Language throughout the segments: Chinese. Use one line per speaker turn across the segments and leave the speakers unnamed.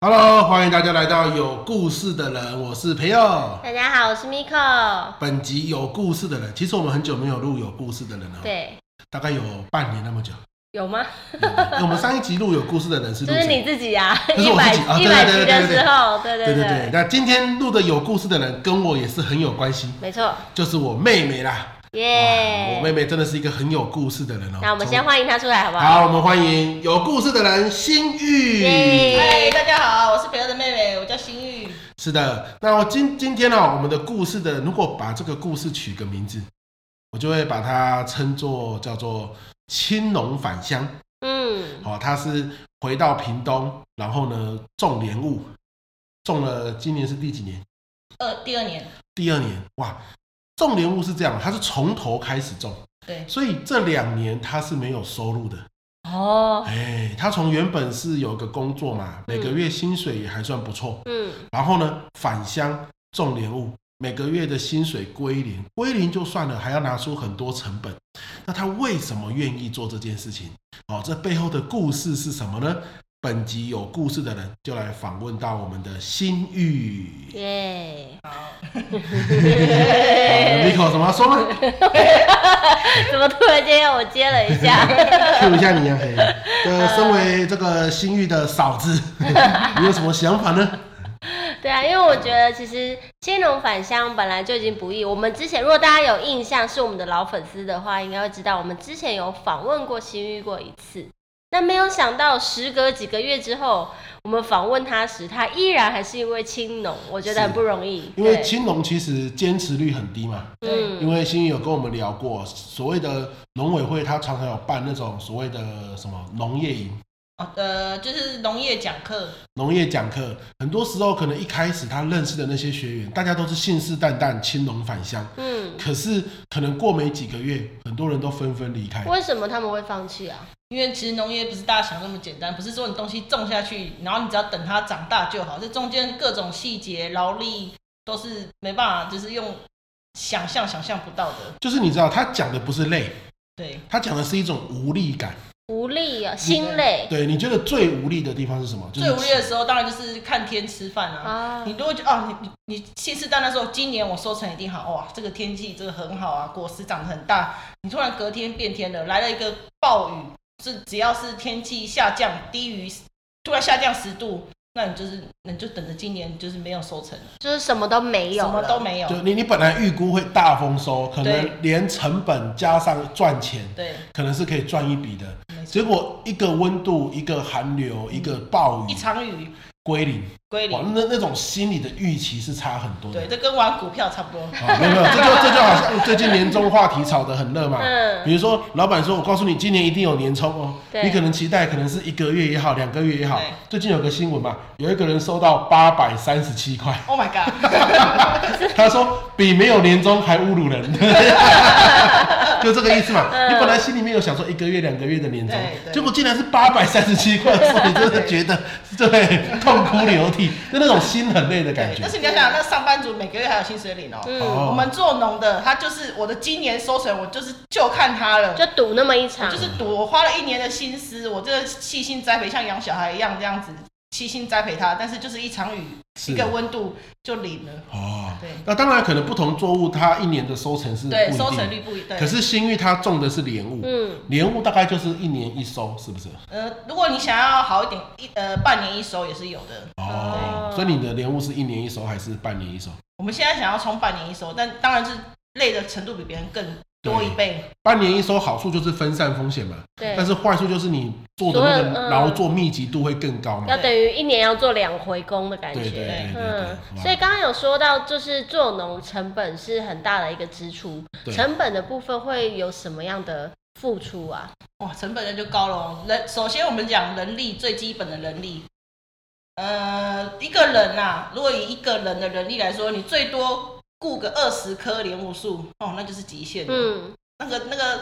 Hello，欢迎大家来到有故事的人，我是培佑。
大家好，我是 Miko。
本集有故事的人，其实我们很久没有录有故事的人了，
对，
大概有半年那么久。
有吗？
有因为我们上一集录有故事的人是
就
录
是
谁
你自己啊，
这是
一
我
百
自己啊
一
对
百
对
集
对
的
对对
时候，对
对
对
对对，，那今天录的有故事的人跟我也是很有关系，
没错，
就是我妹妹啦。哇我妹
耶！
妹真的是一个很有故事的人哦。
那我们
从
先欢迎他出来好不好？
好，我们欢迎有故事的人心玉。
耶
嗨，大家好，我是培儿的妹妹，我叫心玉。
是的，那我今今天呢、我们的故事的，如果把这个故事取个名字，我就会把它称作叫做“青龙返乡”。
嗯，
哦，他是回到屏东，然后呢种莲雾，种了今年是第几年？
二第二年，
第二年。哇，种莲雾是这样，他是从头开始种，
对，
所以这两年他是没有收入的。
哦，
哎，他从原本是有一个工作嘛，每个月薪水也还算不错，
嗯，
然后呢，返乡种莲雾，每个月的薪水归零，归零就算了，还要拿出很多成本。那他为什么愿意做这件事情？哦，这背后的故事是什么呢？本集有故事的人就来访问到我们的心玉。
耶！
好，
Miko 哦什么要说吗？
怎么突然间要我接了一下？
Q 一下你啊，嘿呃，身为这个心玉的嫂子，你有什么想法呢？
对啊，因为我觉得其实青龙返乡本来就已经不易。我们之前如果大家有印象是我们的老粉丝的话，应该会知道我们之前有访问过新玉过一次。但没有想到，时隔几个月之后，我们访问他时，他依然还是一位青农，我觉得很不容易。
因为
嗯对
青龙其实坚持率很低嘛，因
嗯，
为新宇有跟我们聊过，所谓的农委会，他常常有办那种所谓的什么农业营、
哦呃，就是农业讲课，
农业讲课。很多时候，可能一开始他认识的那些学员，大家都是信誓旦旦青农返乡，
嗯，
可是可能过没几个月，很多人都纷纷离开。
为什么他们会放弃啊？
因为其实农业不是大家想那么简单，不是说你东西种下去，然后你只要等它长大就好，这中间各种细节、劳力都是没办法，就是用想象想象不到的。
就是你知道，他讲的不是累，
对，
他讲的是一种无力感。
无力啊，心累
对你觉得最无力的地方是什么？就是
最无力的时候，当然就是看天吃饭啊。
啊
你，如果觉得哦，你你你信誓旦旦说今年我收成一定好，哇，这个天气这个很好啊，果实长得很大。你突然隔天变天了，来了一个暴雨，是只要是天气下降低于突然下降十度，那你就是你就等着今年就是没有收成，
就是什么都没有
什
了，
么都没有。
就你你本来预估会大丰收，可
对
能连成本加上赚钱，
对，
可能是可以赚一笔的。
没错
结果一个温度，一个寒流，一个暴雨
一，场雨
归零，
归
哇
零。，
那那种心理的预期是差很多的
对，。这跟玩股票差不多。
啊，没有没有，这就这就好像最近年终话题炒得很热嘛。
嗯
比如说，老板说：“我告诉你，今年一定有年终哦。”
对
你可能期待可能是一个月也好，两个月也好
对。
最近有个新闻嘛，有一个人收到八百三十七块，
Oh my god！
他说比没有年终还侮辱人， 就这个意思嘛。
嗯
你本来心里面有想说一个月、两个月的年终
对，对
结果竟然是八百三十七块，所以你真的觉得 对痛哭流涕，就那种心很累的感
对
觉
但。是你要想，那上班族每个月还有薪水领哦。
嗯，
哦
我们做农的，他就是我的今年收成，我就是就看他了。
就赌那么一场，
就是
嗯
赌，我花了一年的心思，我这个细心栽培，像养小孩一样这样子细心栽培它，但是就是一场雨，
是
一个温度就零了。
哦，
对
那当然可能不同作物它一年的收成是不
对，
一
收成
定，
率不一对。
可是新玉它种的是莲雾，
嗯，
莲雾大概就是一年一收，是不是？
呃，如果你想要好一点，一呃半年一收也是有的。
哦，
哦
所以你的莲雾是一年一收还是半年一收？
我们现在想要冲半年一收，但当然是累的程度比别人更多一倍。
半年一收好处就是分散风险嘛，
对
但，是坏处就是你做的那
所有
个
嗯
劳作密集度会更高嘛。
要等于一年要做两回工的感
对
觉。
对对对
嗯，
对，
所以刚刚有说到，就是做农成本是很大的一个支出，
对
成本的部分会有什么样的付出啊？
哇，成本那就高了哦。人首先我们讲人力最基本的人力，呃，一个人啊，如果以一个人的人力来说，你最多雇个二十棵莲雾树，哦，那就是极限了。
嗯，
那个那个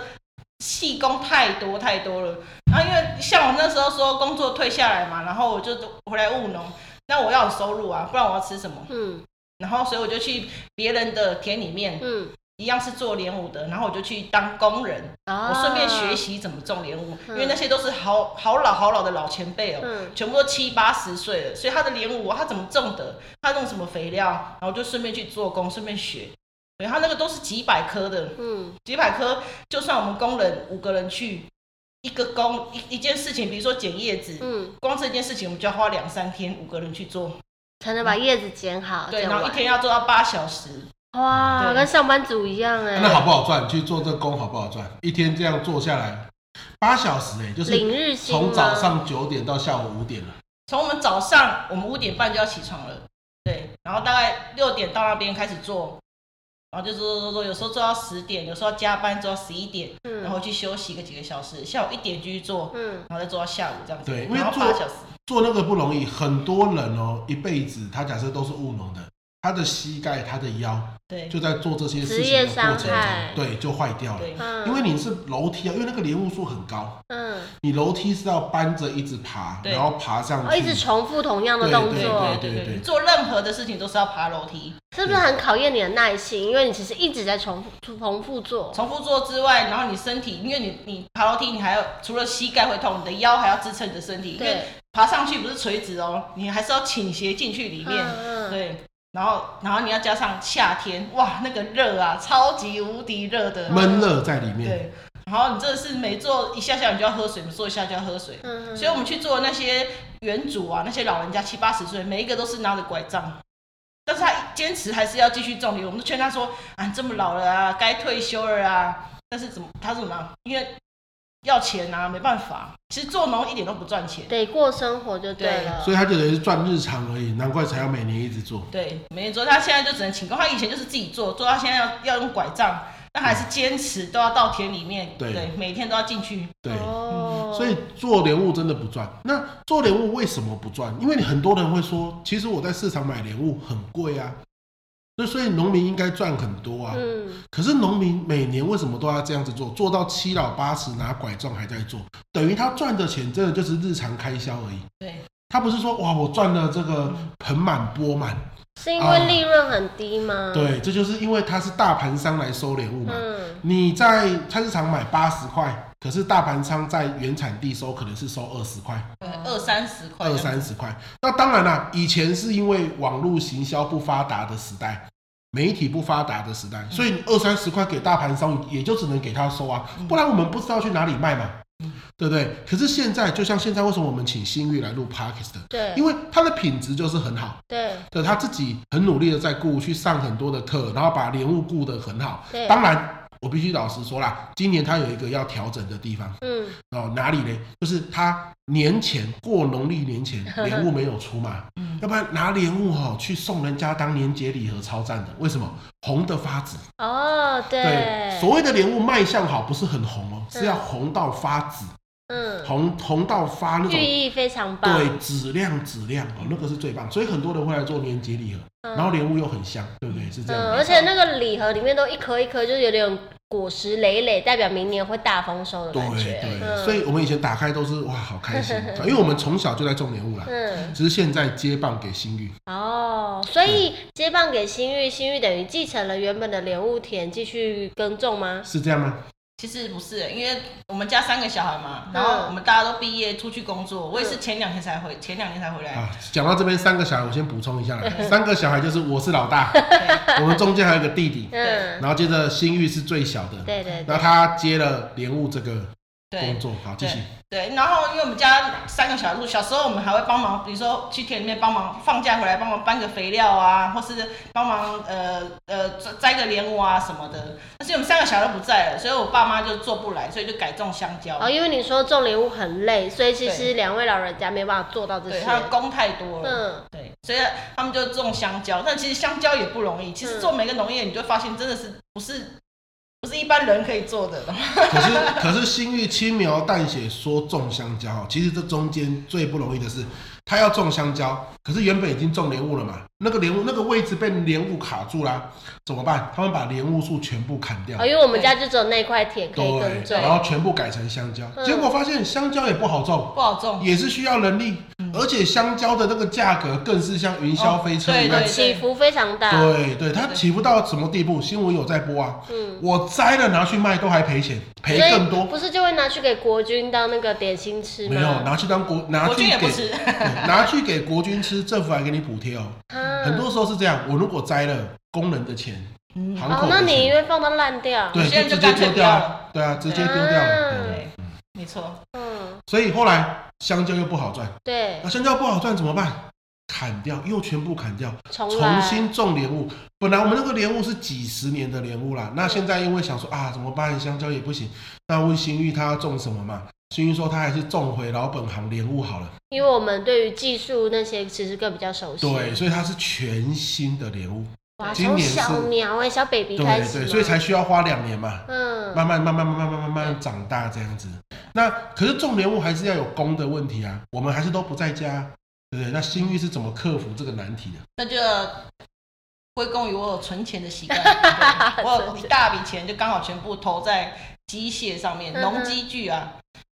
细工太多太多了。然、后因为像我那时候说工作退下来嘛，然后我就回来务农，那我要有收入啊，不然我要吃什么？
嗯
然后所以我就去别人的田里面
嗯
一样是做莲雾的，然后我就去当工人，
哦
我顺便学，习怎么种莲雾，
嗯
因为那些都是好好老好老的老前辈哦，
嗯
全部都七八十岁了，所以他的莲雾哦他怎么种的，他用什么肥料，然后就顺便去做工，顺便学。对他那个都是几百颗的，
嗯
几百颗，就算我们工人五个人去，一个工一一件事情，比如说剪叶子，
嗯，啊
光这件事情我们就要花两三天，五个人去做，
才能把叶子剪好，
对，
剪
然后一
完
天要做到八小时，
哇，
对
跟上班族一样哎，
那好不好赚？去做这工好不好赚？一天这样做下来，八小时哎、就是
领日薪
从
吗
早上九点到下午五点了。
从我们早上我们五点半就要起床了，对，然后大概六点到那边开始做，然后就做做做做，有时候做到十点，有时候加班做到十一点，
嗯
然后去休息个几个小时，下午一点继续做，
嗯
然后再做到下午这样子，
对因为
然后
做
八小时，
做那个不容易，很多人哦，一辈子他假设都是务农的，他的膝盖、他的腰
对
就在做这些
职
事
业
情的
伤
过程中
害，
对，就坏掉了。
对，
嗯，
因为你是楼梯啊，因为那个莲雾树很高，
嗯，
你楼梯是要搬着一直爬，
对
然后爬上
哦，
去，
一直重复同样的
对
动
对
作，
对对
你做任何的事情都是要爬楼梯，
是不是很考验你的耐心？因为你其实一直在重复重复做，
重复做之外，然后你身体，因为你你爬楼梯，你还要除了膝盖会痛，你的腰还要支撑你的身体，因为
对，
爬上去不是垂直哦，你还是要倾斜进去里面。
嗯嗯
对，然后然后你要加上夏天，哇，那个热啊，超级无敌热的。
闷热在里面。
对，然后你这是每做一下下你就要喝水，每做一下就要喝水。
嗯嗯
所以我们去做那些原主啊，那些老人家七八十岁，每一个都是拿着拐杖，但是他坚持还是要继续种植。我们都劝他说啊，你这么老了啊，该退休了啊。但是怎么他是怎么样？因为要钱啊，没办法。其实做农一点都不赚钱，
得过生活就对了，
所以他就等于是赚日常而已，难怪才要每年一直做。
对，没人做，他现在就只能请工。他以前就是自己做，做到现在要要用拐杖，但还是坚持都要到田里面，
对
每天都要进去。
对，
哦，
所以做莲雾真的不赚。那做莲雾为什么不赚？因为你很多人会说，其实我在市场买莲雾很贵啊，那所以农民应该赚很多啊。
嗯，
可是农民每年为什么都要这样子做？做到七老八十拿拐杖还在做，等于他赚的钱真的就是日常开销而已。
对，
他不是说哇，我赚了这个盆满钵满。
是因为利润很低吗？，
啊对，这就是因为他是大盘商来收莲雾嘛。
嗯
你在菜市场买八十块，可是大盘商在原产地收可能是收二十块、
对二三十块，
二三十块。那当然啦、以前是因为网络行销不发达的时代，媒体不发达的时代，所以你二三十块给大盘商，也就只能给他收啊，不然我们不知道去哪里卖嘛，对不对？可是现在，就像现在，为什么我们请新玉来录 podcast？
对，
因为它的品质就是很好，
对，
对，他自己很努力的在顾，去上很多的课，然后把莲雾顾得很好
对。
当然，我必须老实说啦，今年他有一个要调整的地方
嗯，
哦，哪里呢？就是他年前过农历年 前莲雾没有出嘛，
嗯
要不然拿莲雾哈去送人家当年节礼盒，超赞的。为什么？红的发紫。
哦，对，
所谓的莲雾卖相好，不是很红哦，
嗯
是要红到发紫，
嗯，
红红到发那种
寓意非常棒，嗯
对，质量质量哦，那个是最棒，所以很多人会来做年节礼盒，
嗯
然后莲雾又很香，对不对？是这样
嗯，
的。
而且那个礼盒里面都一颗一颗，就是有点果实累累，代表明年会大丰收的
对
感觉，
对，
嗯
所以我们以前打开都是哇，好开心， 因为我们从小就在种莲雾啦，
嗯，
只是现在接棒给新玉，
哦，所以接棒给新玉，新玉等于继承了原本的莲雾田，继续耕种吗？
是这样吗？
其实不是，因为我们家三个小孩嘛
嗯，
然后我们大家都毕业出去工作，我也是前两天才回，前两天才回来。
啊，讲到这边三个小孩，我先补充一 下啦，三个小孩就是我是老大，我们中间还有一个弟弟，
嗯，
然后接着新玉是最小的，
对对
那
对，
他接了莲雾这个工
对
作，好继续。
对，然后因为我们家三个小孩，小时候我们还会帮忙，比如说去田里面帮忙，放假回来帮忙搬个肥料啊，或是帮忙呃呃摘摘个莲雾啊什么的。但是我们三个小孩都不在了，所以我爸妈就做不来，所以就改种香蕉。
哦，因为你说种莲雾很累，所以其实两位老人家没办法做到这
对，
些，
他的工太多了。
嗯，
对，所以他们就种香蕉，但其实香蕉也不容易。
嗯
其实做每个农业，你就会发现真的是不是不是一般人可以做的。
可是可是新玉轻描淡写说种香蕉，其实这中间最不容易的是，他要种香蕉，可是原本已经中莲雾了嘛，那个莲雾那个位置被莲雾卡住啦，怎么办？他们把莲雾树全部砍掉
哦，，因为我们家就只有那块田可以耕
哎对，
种，
然后全部改成香蕉，
嗯
结果发现香蕉也不好种，
不好种，
也是需要人力，而且香蕉的那个价格更是像云霄飞车一样
对。
起伏非常大。
哦对对，它
对
起伏到什么地步？新闻有在播啊，
嗯，
我摘了拿去卖都还赔钱，赔
所以
更多。
不是就会拿去给国军当那个点心吃吗？
没有拿去当国，拿
国
去
军也不
给
吃，
对拿去给国军吃，政府还给你补贴哦。
啊
很多时候是这样，我如果摘了工人的钱，
嗯
行
哦
口，
那
的
你宁
钱，
愿放到烂掉。
对，
有些人
就
就
直接
干脆
丢
不
掉
要
了
了，
对啊，直接
啊
丢掉了。嗯
对，没错，
嗯，
所以后来香蕉又不好赚，
对
那，香蕉不好赚怎么办？砍掉，又全部砍掉，
重来
重新种莲雾。本来我们那个莲雾是几十年的莲雾啦，那现在因为想说啊，怎么办？香蕉也不行，那问新玉他要种什么嘛？新玉说他还是种回老本行莲雾好了。
因为我们对于技术那些其实更比较熟悉。
对，所以它是全新的莲雾，
哇，
今
从
年是
小鸟哎、小 baby
对
开始
对，
吗
所以才需要花两年嘛，
嗯
慢慢慢慢慢慢慢慢慢长大这样子。那可是种莲雾还是要有功的问题啊，我们还是都不在家，对不对？那新玉是怎么克服这个难题的？
那就归功于我有存钱的 习惯，对我有一大笔钱就刚好全部投在机械上面，
嗯哼
农机具啊，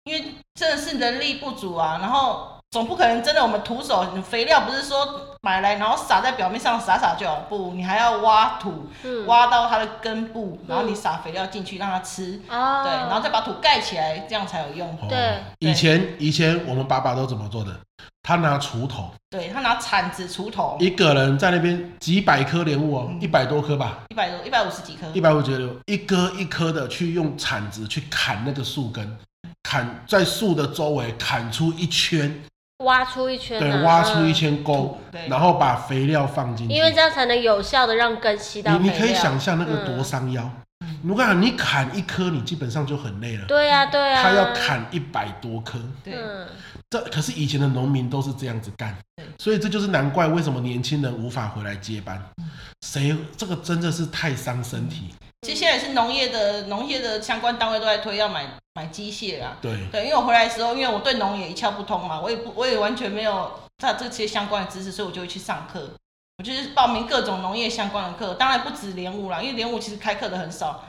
因为真的是人力不足啊，然后总不可能真的我们徒手肥料不是说买来然后撒在表面上撒撒就好，不，你还要挖土，
嗯
挖到它的根部，然后你
嗯
撒肥料进去让它吃，
哦，
对，然后再把土盖起来，这样才有用。
哦
对
以前以前我们爸爸都怎么做的？他拿锄头，
对他拿铲子锄头，
一个人在那边几百颗莲雾哦，
嗯
一百多颗吧，
一百多一百五十几颗
一，百五十颗莲雾，一颗一颗的去用铲子去砍那个树根，砍在树的周围砍出一圈，
挖出一圈、啊，
对，挖出一
嗯，
圈沟
嗯对，
然后把肥料放进去。
因为这样才能有效的让根吸到
嗯你你
肥
可以
料嗯
想象那个多伤腰。如果你砍一颗，你基本上就很累了。
对啊呀、对呀、
他要砍一百多颗，
对，
嗯，
这可是以前的农民都是这样子干
对，
所以这就是难怪为什么年轻人无法回来接班。
嗯
谁这个真的是太伤身体，
其实现在也是农业的农业的相关单位都在推要买买机械啦。
对
对，因为我回来的时候，因为我对农业一窍不通嘛，我也不我也完全没有他这些相关的知识，所以我就会去上课。我就是报名各种农业相关的课，当然不止莲雾啦，因为莲雾其实开课的很少。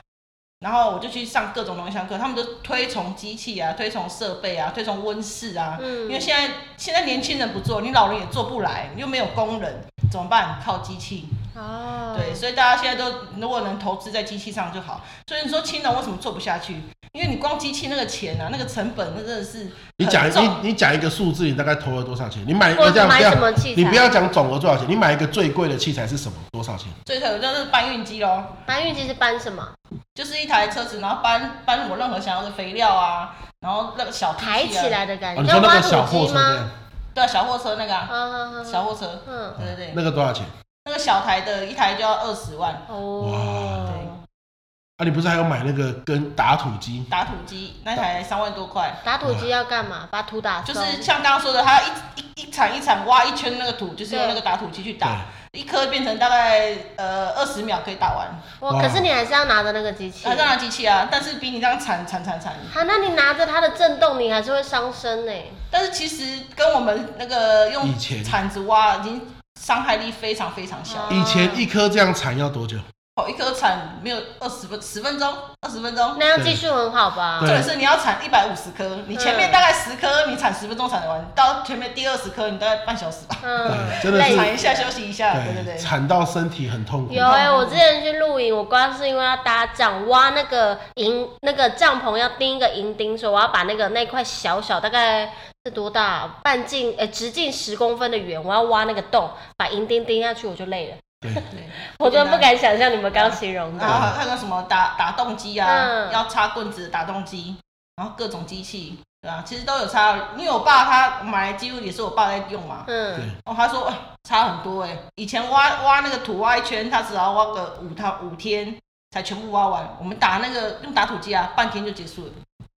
然后我就去上各种农业相关课，他们都推崇机器啊，推崇设备啊，推崇温室啊。
嗯
因为现在现在年轻人不做，你老人也做不来，你又没有工人，怎么办？靠机器。
哦，
对，所以大家现在都如果能投资在机器上就好。所以你说青农为什么做不下去？因为你光机器那个钱啊，那个成本，那真的是
你讲
很重
你你讲一个数字，你大概投了多少钱？你买
或
呃这
者
样
买
这
什么
样，
器材？
你不要讲总额多少钱，你买一个最贵的器材是什么？多少钱？
最头就是搬运机咯，
搬运其实搬什么？
就是一台车子，然后搬搬我任何想要的肥料啊，然后那个小机器啊
抬起，来的感
哦，
觉，
你说那
挖
个
土
小货
机
车
吗？
那样
啊
对啊，小货车那个啊，
啊啊
小货车，
嗯，
对对对，
那个多少钱？
那个小台的一台就要二十万，
哦，
啊，你不是还有买那个跟打土机？
打土机那台三万多块，
打土机要干嘛？把土打
就
松
是像刚刚说的，它要一一一铲一铲挖一圈那个土，就是用那个打土机去打，一颗变成大概呃二十秒可以打完。
哇，
哇
可是你还是要拿着那个机器
还。是拿机器啊，但是比你这样铲铲铲铲。
好，那你拿着它的震动，你还是会伤身呢。
但是其实跟我们那个用
以前
铲子挖已经伤害力非常非常小
哦，
以前一颗这样铲要多久？
哦，一颗铲没有二十分十分钟，二十分钟。
那样技术很好吧
重
对？
点是你要铲一百五十颗，你前
嗯
面大概十颗，你铲十分钟铲得完，到前面第二十颗你大概半小时吧，
嗯，
对真的是
铲一下休息一下，对对对。
铲到身体很痛苦。
有哎、我之前去露营，我光是因为要搭帐，挖那个营那个帐篷要钉一个银钉，所以我要把那个那块小小大概是多大啊半径呃直径十公分的圆，我要挖那个洞，把银钉钉下去，我就累了。
对，
对
我真的不敢想象你们刚形容
然后
的。
还有那个什么打打洞机啊，
嗯
要插棍子的打洞机，然后各种机器，对啊，其实都有插。因为我爸他买来几乎也是我爸在用嘛，
嗯，
哦，他说哇差很多哎、以前挖挖那个土挖一圈，他只要挖个五套五天才全部挖完，我们打那个用打土机啊，半天就结束了，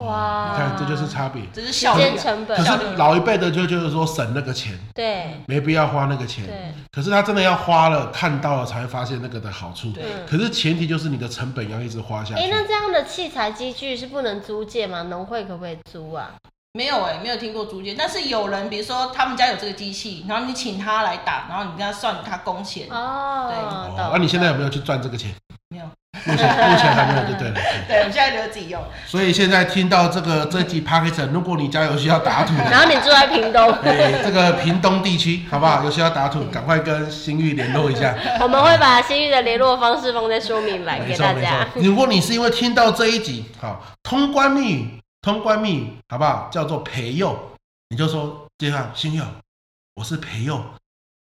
哇，
你看这就是差别。
这是
时
效率
间
啊。
成
可
本。
是老一辈的就就是说省那个钱，
对
没必要花那个钱。
对，
可是他真的要花了，看到了才会发现那个的好处。
对，哦
嗯。
可是前提就是你的成本要一直花下
哎、
去。
那这样的器材机具是不能租借吗？农会可不可以租啊？
没有哎、没有听过猪圈，但是有人，比如说他们家有这个机器，然后你请他来打，然后你跟他算他工钱，
哦
对，
哦，
懂
那你现在有没有去赚这个钱？
没有？
目前目前还没有，就对了。对
对，我们现在留自己用。
所以现在听到这个这集 p a c k a g e 如果你家有需要打土 的，
然后你住在屏 东，
哎，这个屏东地区好不好？有需要打土，赶快跟新玉联络一下。
我们会把新玉的联络方式放在说明栏
没
给
错
大
没
家。
错。如果你是因为听到这一集，好，通关密语，通关密语，好不好？叫做培佑，你就说接上新佑，我是培佑。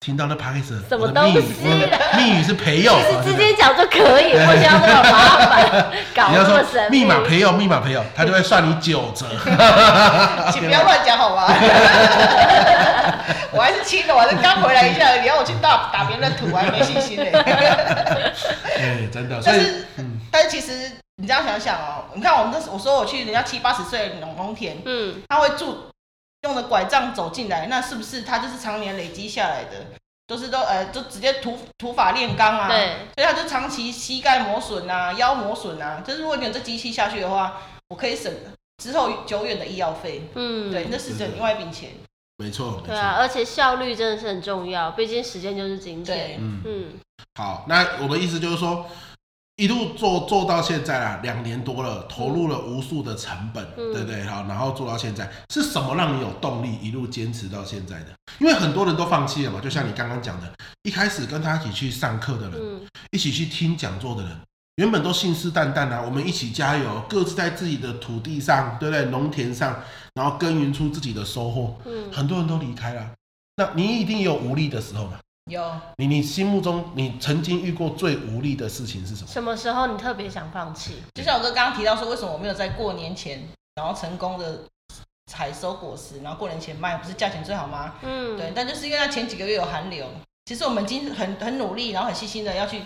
听到那 p a c k a g e
什么
我的密语
东西，
我的密语是培佑，
其实直
对不对
接讲就可以，不需要这么麻烦， 搞
你要
那么
说
神
密
秘。
码培佑，密码培佑，他就会算你九折。
请不要乱讲好吗？我还是亲的，我还是刚回来一下，你要我去打打别人的土，我还没信 心呢、
哎，真的，所
但
以
是，但是其实你这样想想哦，你看我们那时我说我去人家七八十岁的农农田，
嗯，
他会住用着拐杖走进来，那是不是他就是常年累积下来的？都是都呃，就直接土土法炼钢啊，
对，
所以他就长期膝盖磨损啊、腰磨损啊。就是如果你有这机器下去的话，我可以省之后久远的医药费。
嗯，
对，那是另外一笔钱。
没错，没错。
对啊，而且效率真的是很重要，毕竟时间就是金钱。
对，
嗯，
嗯，
好，那我的意思就是说，一路做做到现在啦，两年多了，投入了无数的成本，
嗯
对不对？好，然后做到现在，是什么让你有动力一路坚持到现在的？因为很多人都放弃了嘛，就像你刚刚讲的，一开始跟他一起去上课的人，
嗯，
一起去听讲座的人，原本都信誓旦旦啊，我们一起加油，各自在自己的土地上，对不对？农田上，然后耕耘出自己的收获，
嗯
很多人都离开了。那你一定有无力的时候嘛？
有
你你心目中你曾经遇过最无力的事情是
呃
什么？
什么时候你特别想放弃？
就像我哥刚刚提到说，为什么我没有在过年前，然后成功的采收果实，然后过年前卖，不是价钱最好吗？
嗯，
对，，但就是因为它前几个月有寒流，其实我们已经很很努力，然后很细心的要去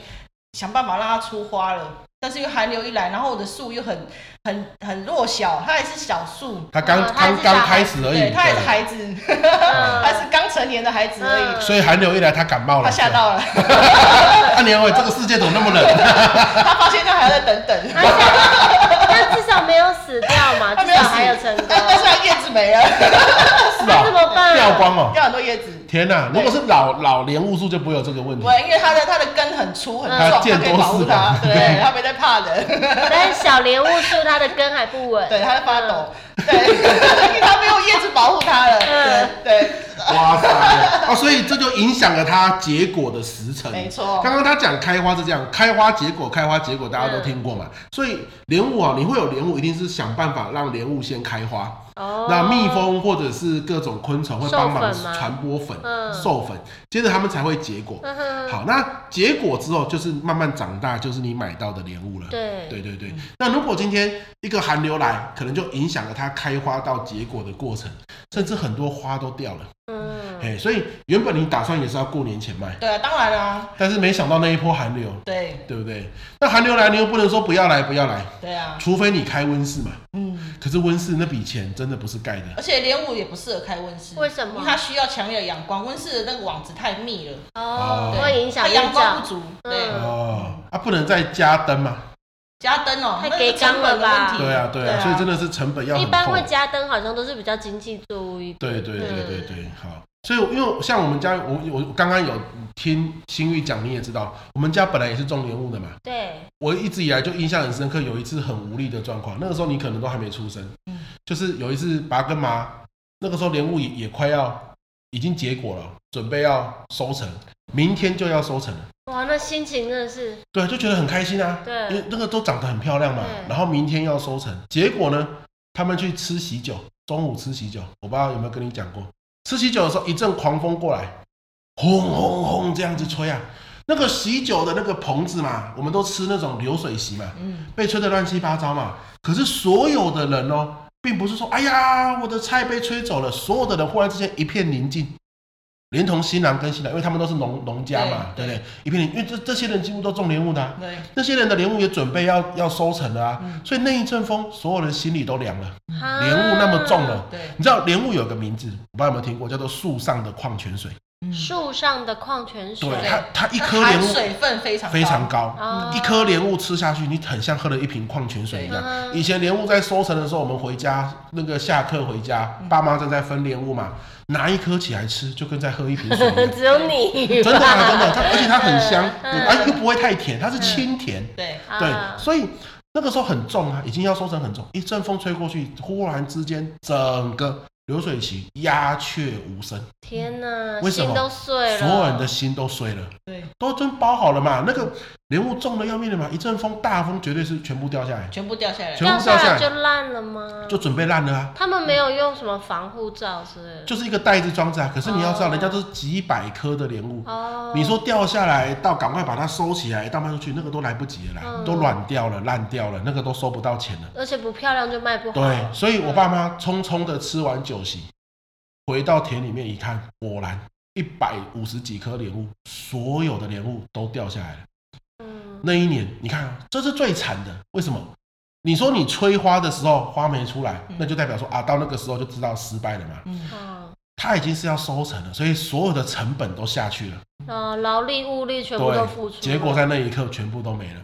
想办法让它出花了。但是因为寒流一来，然后我的树又很很很弱小，它还是小树，
他刚
嗯他还
刚
是小
刚
孩
开始而已，
对，它还是
对
孩子， 它是刚成年的孩子而已，
嗯
所以寒流一来，他感冒了，
他吓到了，
对。 啊，年伟，这个世界怎么那么冷？
他发 现他还要再等等，
那像 但至少没有死掉嘛，
他
至
没有
少
死
还有成功。
但但是他叶子没了，
是
那怎么
吧？
办
掉光哦！
掉很多叶子。
天哪，如果是老老莲雾树就不会有这个问题
不。会，因为它的它的根很粗很
嗯
壮，它可以保护
见，多识
它
广啊
对，它没在怕的，
但是小莲雾树它的根还不稳。
对，它在发抖，对， 因为它没有叶子保护它了，
嗯
对对，
哇塞！啊，所以这就影响了它结果的时辰。
没错
刚刚他讲开花是这样，开花结果，开花结果大家都
嗯
听过嘛。所以莲雾啊，你会有莲雾，一定是想办法让莲雾先开花。
哦，
那蜜，蜂或者是各种昆虫会帮忙
授粉吗
传播粉、
嗯
授粉，接着它们才会结果。
嗯哼，
好，那结果之后就是慢慢长大，就是你买到的莲雾了。
对，嗯
对对对那如果今天一个寒流来，可能就影响了它开花到结果的过程，甚至很多花都掉了。
嗯，
哎、所以原本你打算也是要过年前卖，
对啊，当然啦，
但是没想到那一波寒流，
对
对不对？那寒流来，你又不能说不要来不要来，
对啊，
除非你开温室嘛。
嗯，
可是温室那笔钱真的不是盖的。
而且莲雾也不适合开温室，
为什么
因为它需要强烈的阳光，温室的那个网子太密了，
哦，
哦
会影响
它
日
阳光
照
不。足，对，
嗯
哦，啊，不能再加灯嘛？
加灯哦，
太
那是成本的问题，
对啊，对啊，所以真的是成本要
一
很
般
厚
会。加灯，好像都是比较经济作物一点。
对对对对
嗯
对，好。所以因为像我们家，我我刚刚有听新玉讲，你也知道，我们家本来也是种莲雾的嘛。
对，
我一直以来就印象很深刻，有一次很无力的状况，那个时候你可能都还没出生，
嗯
就是有一次拔根麻，那个时候莲雾也也快要已经结果了，准备要收成，明天就要收成了。
哇，那心情真的是，
对，就觉得很开心啊，因为
对，
那个都长得很漂亮嘛。
对
然后明天要收成，结果呢，他们去吃喜酒，中午吃喜酒，我不知道有没有跟你讲过，吃喜酒的时候一阵狂风过来，轰轰轰这样子吹啊，那个喜酒的那个棚子嘛，我们都吃那种流水席嘛，
嗯，
被吹得乱七八糟嘛。可是所有的人哦，并不是说，哎呀，我的菜被吹走了，所有的人忽然之间一片宁静。连同新郎跟新娘，因为他们都是农农家嘛，对
对
不对？一片宁，因为这这些人几乎都种莲雾的、啊，
对，
那些人的莲雾也准备要要收成了啊，
嗯
所以那一阵风，所有人心里都凉了。
莲
嗯莲雾那么重了，啊
对，
你知道莲雾有个名字，我不知道有没有听过，叫做树上的矿泉水。
嗯
树上的矿泉水，
对它，它一
它
颗莲
含
雾
水分非常
非常
高，
高，
哦
一颗莲雾吃下去，你很像喝了一瓶矿泉水一样。
嗯
以前莲雾在收成的时候，我们回家那个下课回家，
嗯
爸妈正在分莲雾嘛，拿一颗起来吃，就跟在喝一瓶 水一样。
只有你
真的啊，真的，它而且它很香，
嗯
嗯而且又不会太甜，它是清甜。
对，
对
啊，
所以那个时候很重啊，已经要收成很重，一阵风吹过去，忽然之间整个流水席鸦雀无声，
天哪，
为什么
心都碎了，
所有人的心都碎了。
对，
都真包好了嘛，那个莲雾重的要命的嘛，一阵风大风绝对是全部掉下来，
全部掉下来，
全
掉
部掉下
来
来
就烂了吗？
就准备烂了啊，
他们没有用什么防护罩之类的，
就是一个袋子装着啊。可是你要知道，
哦
人家都是几百颗的莲雾，
哦，
你说掉下来到赶快把它收起来，到卖出去，那个都来不及了啦
嗯，
都软掉了、烂掉了，那个都收不到钱了。
而且不漂亮就卖不好，
对，所以我爸妈匆匆的吃完酒席，回到田里面一看，果然一百五十几颗莲雾，所有的莲雾都掉下来了。
嗯，
那一年，你看，这是最惨的。为什么？你说你催花的时候花没出来
嗯，
那就代表说啊，到那个时候就知道失败了嘛。
嗯，
哦，
它已经是要收成了，所以所有的成本都下去了，
呃，劳力物力全部都付出
对，
了，
结果在那一刻全部都没了。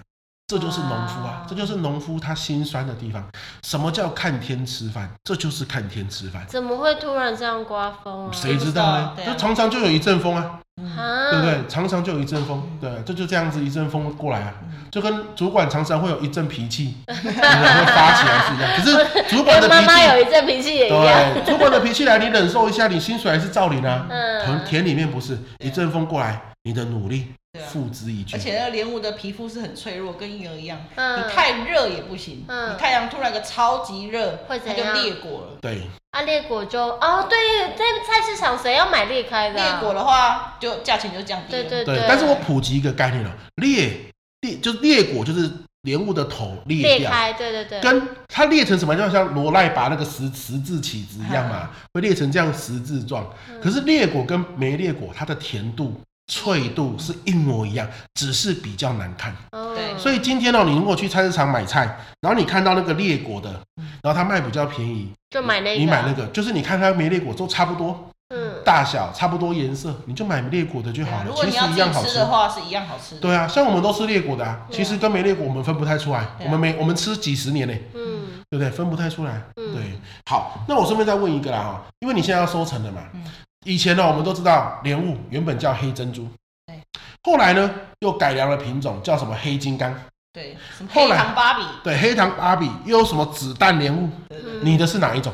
这就是农夫啊
哇，
这就是农夫他心酸的地方。什么叫看天吃饭？这就是看天吃饭。
怎么会突然这样刮风啊？
谁知道呢
不？知道对啊
就常常就有一阵风啊，
啊，
对不对？常常就有一阵风，
嗯
对，这就这样子一阵风过来啊，就跟主管常常会有一阵脾 气，你会发起来是一样。可是主管的
跟妈
脾
妈有
气，
一阵脾气也一样，
对，主管的脾气来，你忍受一下，你薪水还是照领啊。田
嗯，
田里面不是一阵风过来，你的努力
对啊
付之一炬
而。且那个莲雾的皮肤是很脆弱，跟婴儿一样，
嗯
你太热也不行，
嗯
你太阳突然一个超级热，
会
它
怎
就
样
裂果了。
对，
啊，裂果就哦，对，在菜市场谁要买裂开的啊？
裂果的话，就价钱就降低了。
对对
对，但是我普及一个概念啊，裂裂就是裂果，就是莲雾的头裂
裂
掉，
开，对对对，
跟它裂成什么，就像罗赖拔那个十十字起子一样
嗯
嘛，会裂成这样十字状。可是裂果跟没裂果，它的甜度、脆度是一模一样，只是比较难看。
嗯
对
所以今天哦，你如果去菜市场买菜，然后你看到那个裂果的，
嗯
然后它卖比较便宜，
就买那个，
你买那个，就是你看它没裂果都差不多，
嗯，
大小差不多颜色，你就买裂果的就
对
好
啊，
了
如，果
其
你
实
要
一样
自
好
己吃
吃。
的话，是一样好吃的。
对啊，像我们都吃裂果的啊，
对啊
其实跟没裂果我们分不太出来，
对啊
我们没我们吃几十年呢、
嗯
对不对？分不太出来。
嗯
对，好，那我顺便再问一个啦哈，因为你现在要收成了嘛。
嗯
以前呢、我们都知道莲雾原本叫黑珍珠，
对
后来呢又改良了品种，叫什么黑金刚，
对，什么
后
黑
来
糖芭比，
对，黑糖芭比，又有什么子弹莲雾？
对对对
嗯，
你的是哪一种？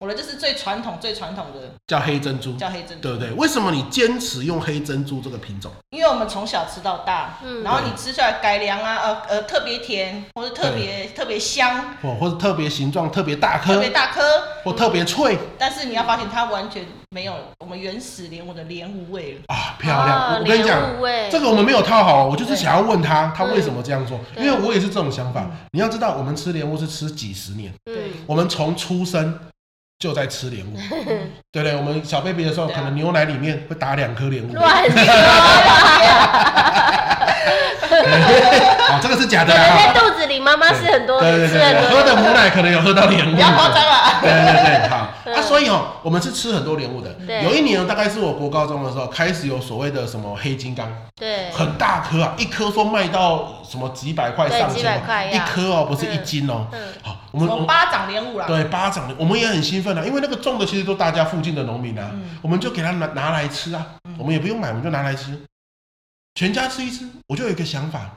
我的就是最传统、最传统的
叫黑珍珠，
叫黑珍珠，
对不对？为什么你坚持用黑珍珠这个品种？
因为我们从小吃到大，
嗯
然后你吃下来改良啊，呃呃，特别甜或者特别特别香、
哦，或者特别形状特别大
特
颗
别，大颗，
或特别脆
但是你要发现它完全没有我们原始莲雾的莲雾味了。
啊，漂亮！
啊
我跟你讲，
莲雾味
这个我们没有套好，我就是想要问他，他
嗯
为什么这样做？因
对
为我也是这种想法。你要知道，我们吃莲雾是吃几十年，
嗯
我们从出生就在吃 莲雾，对不对？我们小 baby 的时候，
对啊
可能牛奶里面会打两颗莲雾，
乱说啦，
哦，这个是假
可
的
能在
啦。
肚子里妈妈是很多，
对对
吃
对对，
很
喝
多
的母奶可能有喝到莲雾，
不要夸张了，
对对对，好 啊，所以哦，我们是吃很多莲雾的。
嗯对
有一年，哦大概是我国高中的时候，开始有所谓的什么黑金刚，
对，
很大颗啊，一颗说卖到什么几百块、
对
上
几
千
百
嘛
块
一
呀
颗哦，不是一斤哦。
嗯
好，我
什
们
么
我
巴掌莲雾啦，
对巴掌的，我们也很兴奋啊，因为那个种的其实都大家附近的农民啊，
嗯
我们就给他拿拿来吃啊，
嗯
我们也不用买，我们就拿来吃，全家吃一吃。我就有一个想法，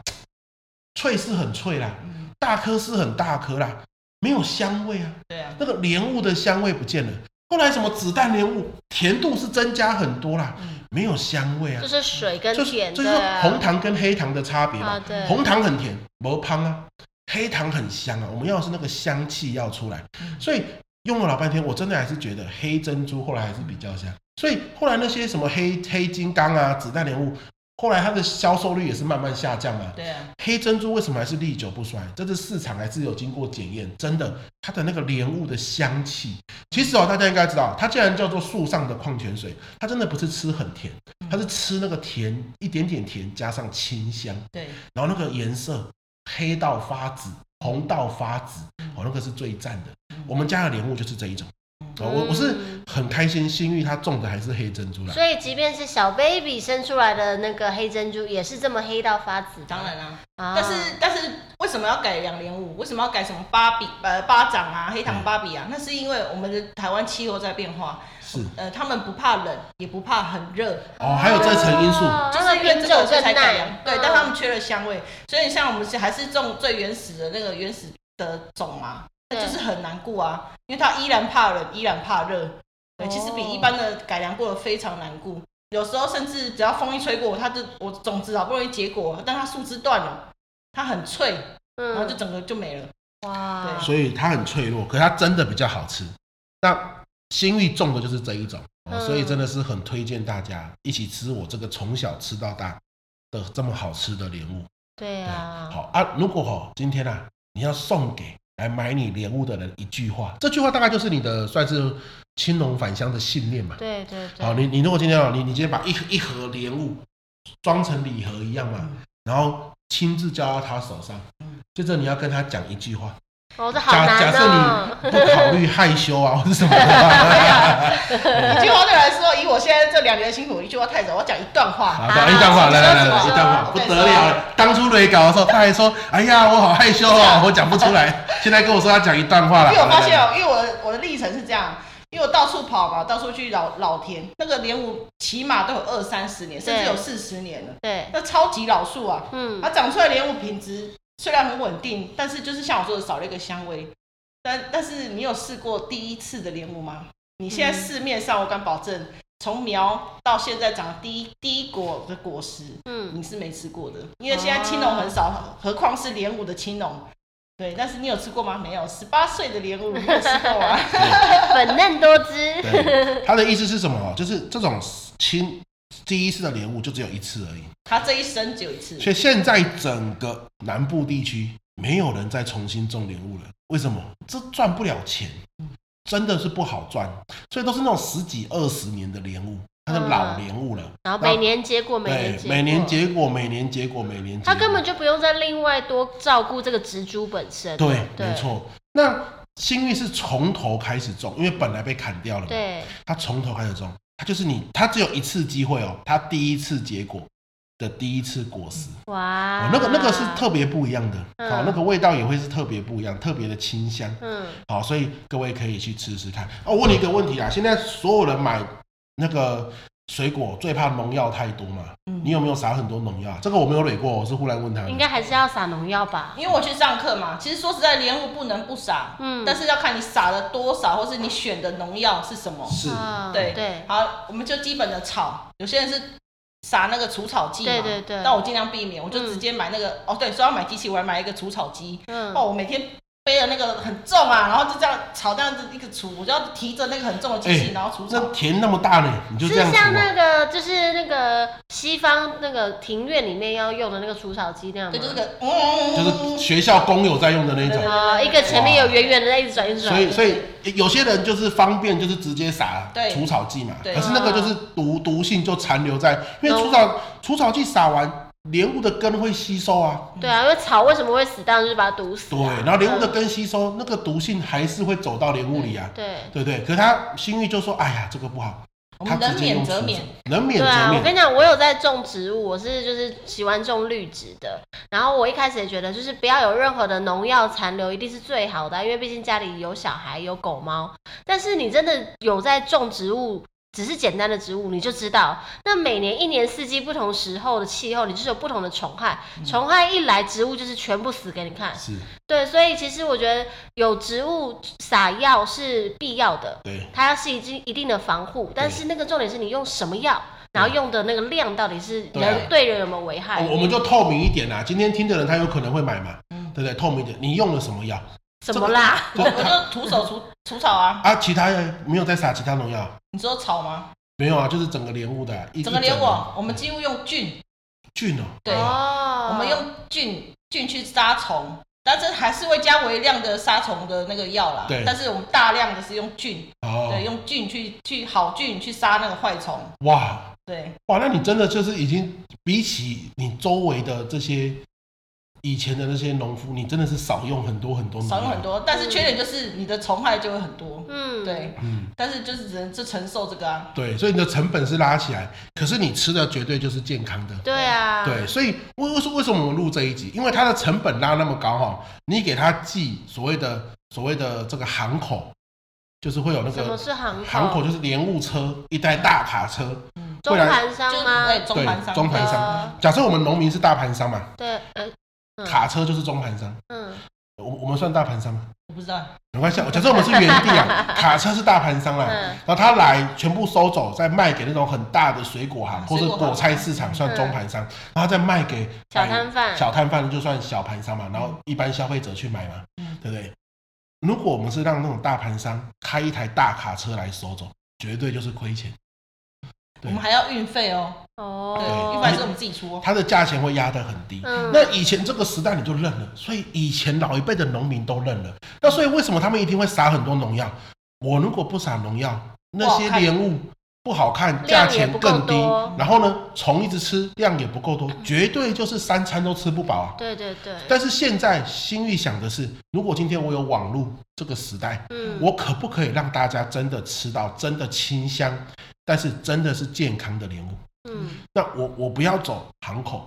脆是很脆啦，
嗯，
大颗是很大颗啦，没有香味啊，
对啊，
那个莲雾的香味不见了。后来什么子弹莲雾，甜度是增加很多啦，
嗯
没有香味啊
就，是水跟
就是
甜
就是
的
说
啊，
红糖跟黑糖的差别嘛
啊，对，
红糖很甜，不胖啊；黑糖很香啊。我们要的是那个香气要出来，
嗯
所以用了老半天，我真的还是觉得黑珍珠后来还是比较香。所以后来那些什么黑黑金刚啊、子弹莲雾，后来它的销售率也是慢慢下降啊。
对啊，
黑珍珠为什么还是历久不衰？这是市场还是有经过检验，真的，它的那个莲雾的香气，其实哦，大家应该知道，它既然叫做树上的矿泉水，它真的不是吃很甜，它是吃那个甜一点点甜加上清香，
对，
然后那个颜色黑到发紫，红到发紫，哦，那个是最赞的。我们家的莲雾就是这一种，哦，我我是很开心，新玉它种的还是黑珍珠啦。
所以即便是小 baby 生出来的那个黑珍珠，也是这么黑到发紫。
当，然啦、
啊、
但是但是为什么要改两连五？为什么要改什么芭比呃巴掌啊、黑糖芭比啊？那是因为我们的台湾气候在变化，
是
呃，他们不怕冷，也不怕很热，
哦，还有这层因素，
哦
就是啊因为这个所以才改良。对，但他
嗯
们缺了香味，所以像我们是还是种最原始的那个原始的种嘛，那
对
就是很难顾啊，因为它依然怕冷，依然怕热。对，其实比
哦
一般的改良过的非常难顾，有时候甚至只要风一吹过，它就我种子好不容易结果，但它树枝断了，它很脆，然后就
嗯，
整个就没 了。
哇，
对
所以它很脆弱，可它真的比较好吃。那新玉种的就是这一种，哦
嗯
所以真的是很推荐大家一起吃我这个从小吃到大的这么好吃的莲雾。
对
对
啊，
好啊，如果哦今天啊你要送给来买你莲雾的人一句话，这句话大概就是你的算是青龙返乡的信念嘛。
对对对，
好，你你如果今天哦，你你今天把一一盒莲雾装成礼盒一样嘛，
嗯
然后亲自交到他手上，接着你要跟他讲一句话。
哦，这好
假假
难
设
哦。
你不考虑害羞啊或者什么的话，
一句话对我来说，以我现在这两年的辛苦，一句话太少，我要讲一段话。
好，一段话，来来来来，一段话，不
对
得了了！当初雷稿的时候，他还说：“哎呀，我好害羞哦，我讲不出来。”现在跟我说要讲一段话了，
因为我发现
来来来
哦、因为我的我的历程是这样，因为我到处跑嘛，到处去老老田，那个莲雾起码都有二三十年，甚至
对
有四十年了，
对，
那超级老树啊，
嗯，
它长出来的莲雾品质虽然很稳定，但是就是像我说的少了一个香味。但但是你有试过第一次的莲雾吗？你现
嗯
在市面上，我敢保证，从苗到现在长第一第一果的果实，
嗯，
你是没吃过的，因为现在青龙很少，何况是莲雾的青龙。对，但是你有吃过吗？没有，十八岁的莲雾你有吃 过吗？
粉嫩多汁，
对，他的意思是什么？就是这种亲第一次的莲雾就只有一次而已，
他这一生只有一次，
所以现在整个南部地区没有人再重新种莲雾了。为什么？这赚不了钱，真的是不好赚，所以都是那种十几二十年的莲雾，它是老莲雾了。
然后每年结果，每年
对，
结果，
哎每年结果，每年结果，每年结果，
他根本就不用再另外多照顾这个植株本身。
对，
对
没错。那幸运是从头开始种，因为本来被砍掉了嘛，
对，
它从头开始种，它就是你，它只有一次机会哦，它第一次结果的第一次果实。
哇
哦，，那个那个是特别不一样的，
啊嗯
好、那个味道也会是特别不一样，特别的清香，
嗯，
好、所以各位可以去吃吃看。哦，我问你一个问题啊，现在所有人买那个水果最怕农药太多嘛？
嗯
你有没有撒很多农药啊？这个我没有累过，我是忽然问他的。
应该还是要撒农药吧？
因为我去上课嘛，其实说实在，莲雾不能不撒，
嗯
但是要看你撒了多少，或是你选的农药是什么。
是，
啊
对
对，
好，我们就基本的炒，有些人是撒那个除草剂嘛，
对对对
但我尽量避免，我就
嗯
直接买那个。哦，对，说要买机器，我还买一个除草机。
嗯，
哦，我每天背着那个很重啊，然后就这样炒这样子一个除，我就要提着那个很重的机器，
哎
然后除
那
草。
田那么大呢，你就是这样除、
像那
哦？
个就是那个西方那个庭院里面要用的那个除草机那样吗
对，就这个，嗯，
哦就是学校工友在用的那
对对
种。
啊，一个前面有圆圆的，在一直转一直转，
所以，所以有些人就是方便，就是直接撒
对
除草剂嘛。
对啊
可是那个就是毒毒性就残留在，因为除草除草剂撒完，莲雾的根会吸收啊。
对啊，因为草为什么会死？当然就是把它毒死
对
啊。，
然后莲雾的根吸收，那个毒性还是会走到莲雾里啊。
对
对不对？可他心玉就说：“哎呀，这个不好。”
我
他
们
直
能
接用
免
除
则
草
免。，
能免
对啊，
则
我跟
免。
你讲，我有在种植物，我是就是喜欢种绿植的。然后我一开始也觉得，就是不要有任何的农药残留，一定是最好的啊、因为毕竟家里有小孩有狗猫。但是你真的有在种植物，只是简单的植物，你就知道，那每年一年四季不同时候的气候，你就是有不同的虫害。虫害一来，植物就是全部死给你看。
是，
对，所以其实我觉得有植物撒药是必要的，
对，
它是已经一定的防护，但是那个重点是你用什么药，然后用的那个量到底是
对啊哦
人对人有没有危害
我，我们就透明一点啦。今天听的人他有可能会买嘛， 对不对？透明一点，你用了什么 药
什么啦？
这
嗯我
个
就徒手 除除草啊。
啊？其他的没有再撒其他农药？
你说草吗？
没有啊，就是整个莲雾的啊，一
整个
一
连我，我们几乎用菌，
菌哦，
对
哦
哦
我们用菌菌去杀虫，但是还是会加微量的杀虫的那个药啦。
对
但是我们大量的是用菌，
哦
对，用菌去去好菌去杀那个坏虫，
哇
对，
哇，那你真的就是已经比起你周围的这些以前的那些农夫，你真的是少用很多很多，
少用很，多，但是缺点就是你的虫害就会很多，
嗯，
对，
嗯，
但是就是只能就承受这个啊，
对，所以你的成本是拉起来，可是你吃的绝对就是健康的。
对啊，
对，所以为为什为什么我们录这一集？因为它的成本拉那么高哈，你给它寄所谓的所谓的这个航口，就是会有那
什么
个
是航口？
航口就是连务车，一台大卡车，
中
未来
盘
就
商
是
吗？
哎中
对
盘商，
中盘
商
假设我们农民是大盘商嘛，
对，呃，嗯
卡车就是中盘商，
嗯，
我我们算大盘商吗？
我不知道，
没关系， 假设我们是原地啊，卡车是大盘商啦，
嗯
然后他来全部收走，再卖给那种很大的水果行或者
水果行
果菜市场算中盘商，然后再卖给
嗯小摊贩
小摊贩就算小盘商嘛，然后一般消费者去买嘛，
嗯
对不对？如果我们是让那种大盘商开一台大卡车来收走，绝对就是亏钱，对
我们还要运费哦，对，
哦，
运费还是我们自己出哦，
它的价钱会压得很低。
嗯
那以前这个时代你就认了，所以以前老一辈的农民都认了。那所以为什么他们一定会撒很多农药？我如果不撒农药，那些莲雾不好看，价
量也
钱
不够
更低
多。
然后呢，虫一直吃，量也不够多，绝对就是三餐都吃不饱啊。
对对对，
但是现在心里想的是，如果今天我有网络这个时代，
嗯，
我可不可以让大家真的吃到真的清香，但是真的是健康的莲雾？
嗯
那我我不要走航口，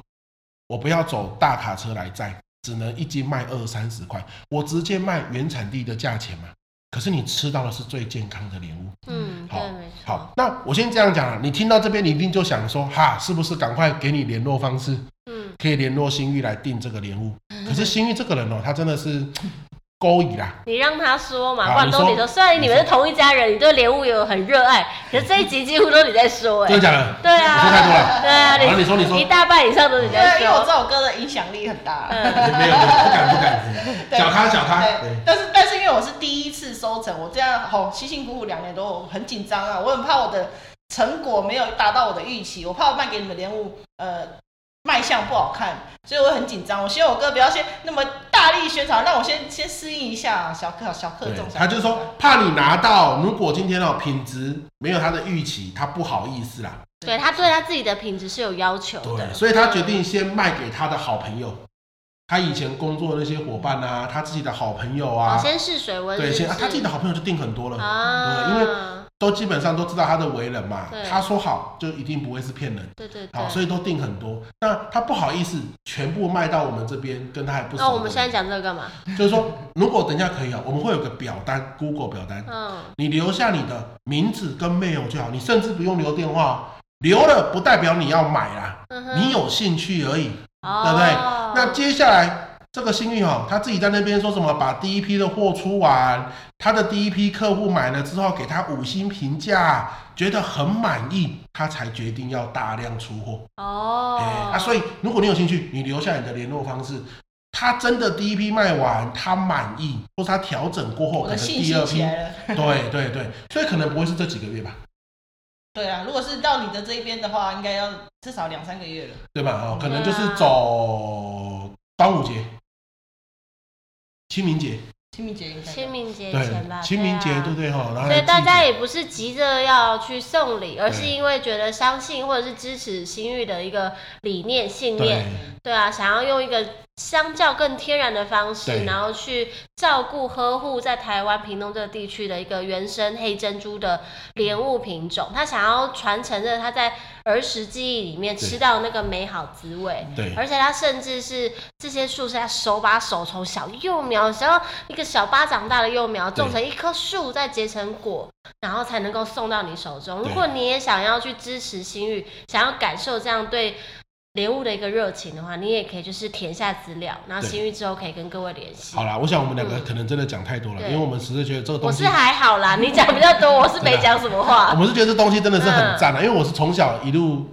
我不要走大卡车来载，只能一斤卖二三十块，我直接卖原产地的价钱嘛。可是你吃到的是最健康的莲雾。
嗯，
好
对，没错，
好，那我先这样讲啊，你听到这边，你一定就想说，哈，是不是赶快给你联络方式，
嗯，
可以联络新玉来订这个莲雾？可是新玉这个人哦，他真的是 勾引啊啦，
你让他说嘛，
好
不然都
你说
你说。虽然你们是同一家人，你对莲雾有很热爱，可是这一集几乎都你在说，
真的
哎，
假的？
对
我说太多
啊，
了
对啊，
好了你说你说
一大半以上都是你
对啊，
在
因为我
说，
知道我哥的影响力很大，
嗯
哎没有，没有不敢不敢，
对
小咖小咖，对
对，，但是但是因为我是第一次收成，我这样好辛辛苦苦两年多，我很紧张啊，我很怕我的成果没有达到我的预期，我怕我卖给你们莲雾，呃，卖相不好看，所以我很紧张。我希望我哥不要先那么大力宣传，让我先先适应一下、啊、小克小克
对
重。
他就说怕你拿到，如果今天哦品质没有他的预期，他不好意思啦。
对他对他自己的品质是有要求的，
对，所以他决定先卖给他的好朋友，他以前工作的那些伙伴啊，他自己的好朋友
哦
啊，
先试水温，
对，
是
先、
不
啊、
是
他自己的好朋友就定很多了，
啊，
对因都基本上都知道他的为人嘛
对。
他说好就一定不会是骗人，
对对
好，
对，
所以都定很多。那他不好意思全部卖到我们这边，跟他还不熟的。
那哦我们现在讲这个干嘛？
就是说，如果等一下可以啊，我们会有个表单，Google 表单。
嗯，
你留下你的名字跟 mail 就好，你甚至不用留电话哦，留了不代表你要买啦，
嗯哼
你有兴趣而已。
哦
对不对那接下来这个幸运哦，他自己在那边说什么把第一批的货出完，他的第一批客户买了之后给他五星评价，觉得很满意，他才决定要大量出货。
哦，
哎啊，所以如果你有兴趣，你留下你的联络方式。他真的第一批卖完，他满意，或是他调整过后，
我
可
的
能
信
第
心
二批
起来了。
对对对，所以可能不会是这几个月吧，
对啊，如果是到你的这一边的话，应该要至少两三个月了。
对吧？哦，可能就
对
是
啊
走端午节、清明节，
清明节应该有
清明节
对
前吧，，
清明节，
啊
对不对哈？然后
所
还
以
有
大家
祭
也不是急着要去送礼，而是
对
因为觉得相信或者是支持新玉的一个理念信
祖
念，
对
嗯
对啊，想要用一个相较更天然的方式，
对
然后去照顾呵护在台湾屏东这个地区的一个原生黑珍珠的莲雾品种，他想要传承着他在儿时记忆里面
对
吃到那个美好滋味。
对
而且他甚至是这些树是他手把手从小幼苗，然后一个小巴掌大的幼苗种成一棵树，再结成果，然后才能够送到你手中。
对
如果你也想要去支持新玉，想要感受这样对莲雾的一个热情的话，你也可以就是填下资料，然后
对
新玉之后可以跟各位联系
好。啦，我想我们两个
嗯
可能真的讲太多了，
对
因为我们实在觉得这个
我
东西
是，还好啦，你讲比较多，我是没讲什 么
我
话。
们是觉得这东西真的是
嗯
很赞的，啊因为我是从小一路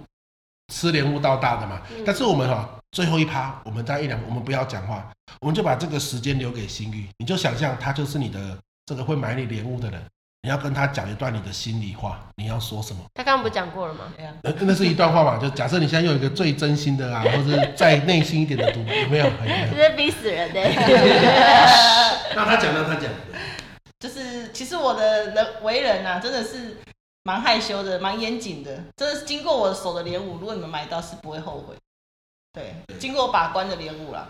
吃莲雾到大的嘛
嗯。
但是我们哈最后一趴，我们在一两，我们不要讲话，我们就把这个时间留给心玉，你就想象他就是你的这个会买你莲雾的人。你要跟他讲一段你的心里话，你要说什么？
他刚刚不是讲过了吗？
对啊，
呃，那是一段话嘛，就假设你现在用一个最真心的啊，或者再内心一点的读，有没有？有没有
这是逼死人的、
让他讲，让他讲。
就是其实我的人为人啊，真的是蛮害羞的，蛮严谨的。真的是经过我手的莲雾，如果你们买到是不会后悔。对，经过把关的莲雾啦。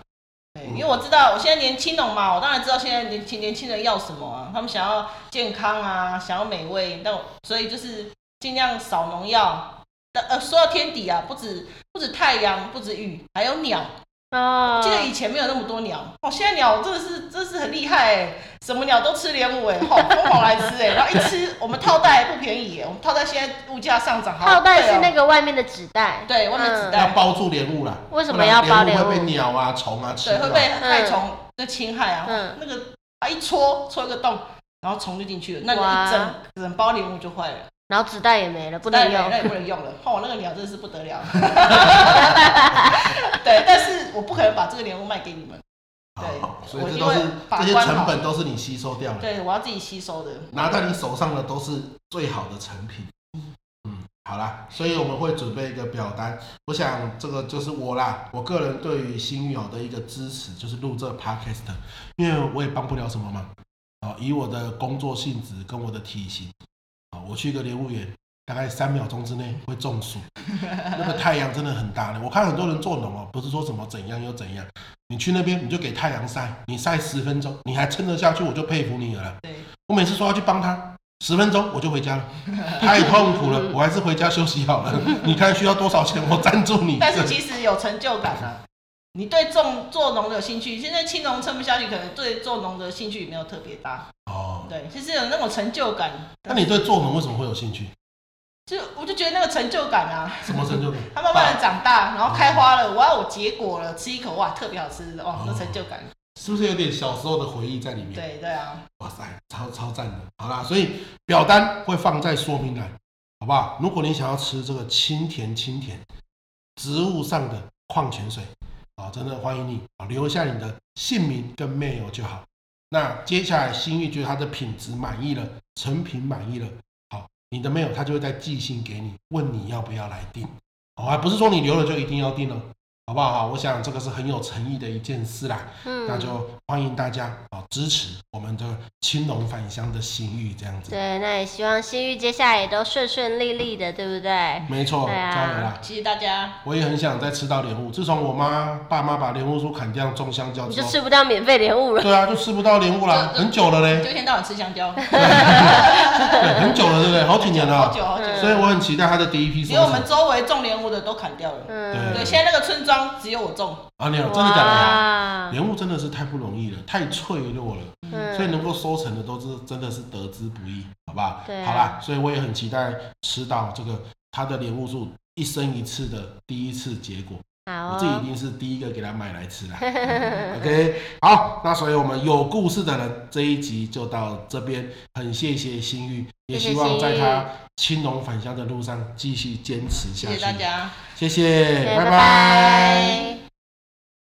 对，因为我知道我现在年轻人嘛，我当然知道现在年轻年轻人要什么啊，他们想要健康啊，想要美味，那我所以就是尽量少农药。那呃，说到天敌啊，不止不止太阳，不止雨，还有鸟。
哦，
记得以前没有那么多鸟，哦，现在鸟真的是真是很厉害哎、什么鸟都吃莲藕哎，好疯狂来吃哎、然后一吃我们套袋不便宜哎、我们套袋现在物价上涨好
套袋是那
个
个外面的纸袋，
对外面纸
要
袋
包住莲雾啦。
为什么要包
莲
莲雾
会被鸟啊、虫啊吃
对
掉
会。被害虫的侵害啊，
嗯
那个啊一戳戳一个洞，然后虫就进去了，那
哇
你一整整包莲雾就坏了，
然后纸袋也没了，不
不
能
那也
用。
不能用了，哦，那个鸟真的是 不得了。对，但是我不可能把这个莲雾卖给你们，对
好所以
我
这
因
都
为
是
把
这些
关
成
好
本都是你吸收掉了，
对我要自己吸收的。
拿到你手上的都是最好的成品。嗯，好啦，所以我们会准备一个表单。我想这个就是我啦，我个人对于新友的一个支持，就是录这个 podcast，因为我也帮不了什么忙。哦，以我的工作性质跟我的体型，哦，我去一个莲雾园，大概三秒钟之内会中暑。 那个太阳真的很大的，我看很多人做农哦，不是说什么怎样又怎样，你去那边你就给太阳晒，你晒十分钟，你还撑得下去，我就佩服你了啦。
对，
我每次说要去帮他，十分钟我就回家了，太痛苦 了，我还是回家休息好了。你看需要多少钱，我赞助你。
但是其实有成就感啊。你对种做农的有兴趣，现在青农撑不下去，可能对做农的兴趣也没有特别大。
哦，
对，其实有那种成就感。
那你对做农为什么会有兴趣？
就我就觉得那个成就感啊，
什么成就感？
它慢慢的长大，然后开花了，哇，有结果了，吃一口哇，特别好吃，哇，那成就感。
是不是有点小时候的回忆在里面？
对对啊，
哇塞，超超赞的！好啦，所以表单会放在说明栏，好不好？如果你想要吃这个清甜清甜植物上的矿泉水，啊，真的欢迎你啊，留下你的姓名跟 mail 就好。那接下来新玉觉得它的品质满意了，成品满意了，好，你的 mail 他就会再寄信给你，问你要不要来订。哦，还不是说你留了就一定要订了，好不好？我想这个是很有诚意的一件事啦。
嗯，
那就欢迎大家啊、哦支持我们的青龙返乡的心意这样子。
对，那也希望新玉接下来也都顺顺利利的，对不对？
没错，
对啊
加油啦！
谢谢大家。
我也很想再吃到莲雾。自从我妈爸妈把莲雾树砍掉种香蕉
你
之
就
后，
吃不到免费莲雾了。
对啊，就吃不到莲雾 啦，
这这
很久了
就
嘞，
一天到晚吃香蕉，
对，很久了，对不 对？好几年
好
了，
久好久，
所以我很期待它的第一批收
连我们
成。
周围种莲雾的都砍掉了。
嗯，
对，现在那个村庄只有我种，
啊，你有真的假的？
哇，
莲雾真的是太不容易了，太脆弱了，
嗯
所以能够收成的都是真的是得之不易，好不好？
对啊
好啦，所以我也很期待吃到这个它的莲雾树一生一次的第一次结果。
好
我自己一
哦，
定是第一个给他买来吃啦。OK，好，那所以我们有故事的人这一集就到这边，很谢谢心玉，也
谢谢
希望在
心玉
他青龙返乡的路上继续坚持下
谢
去。
谢大，家。
谢谢，
对
拜
拜。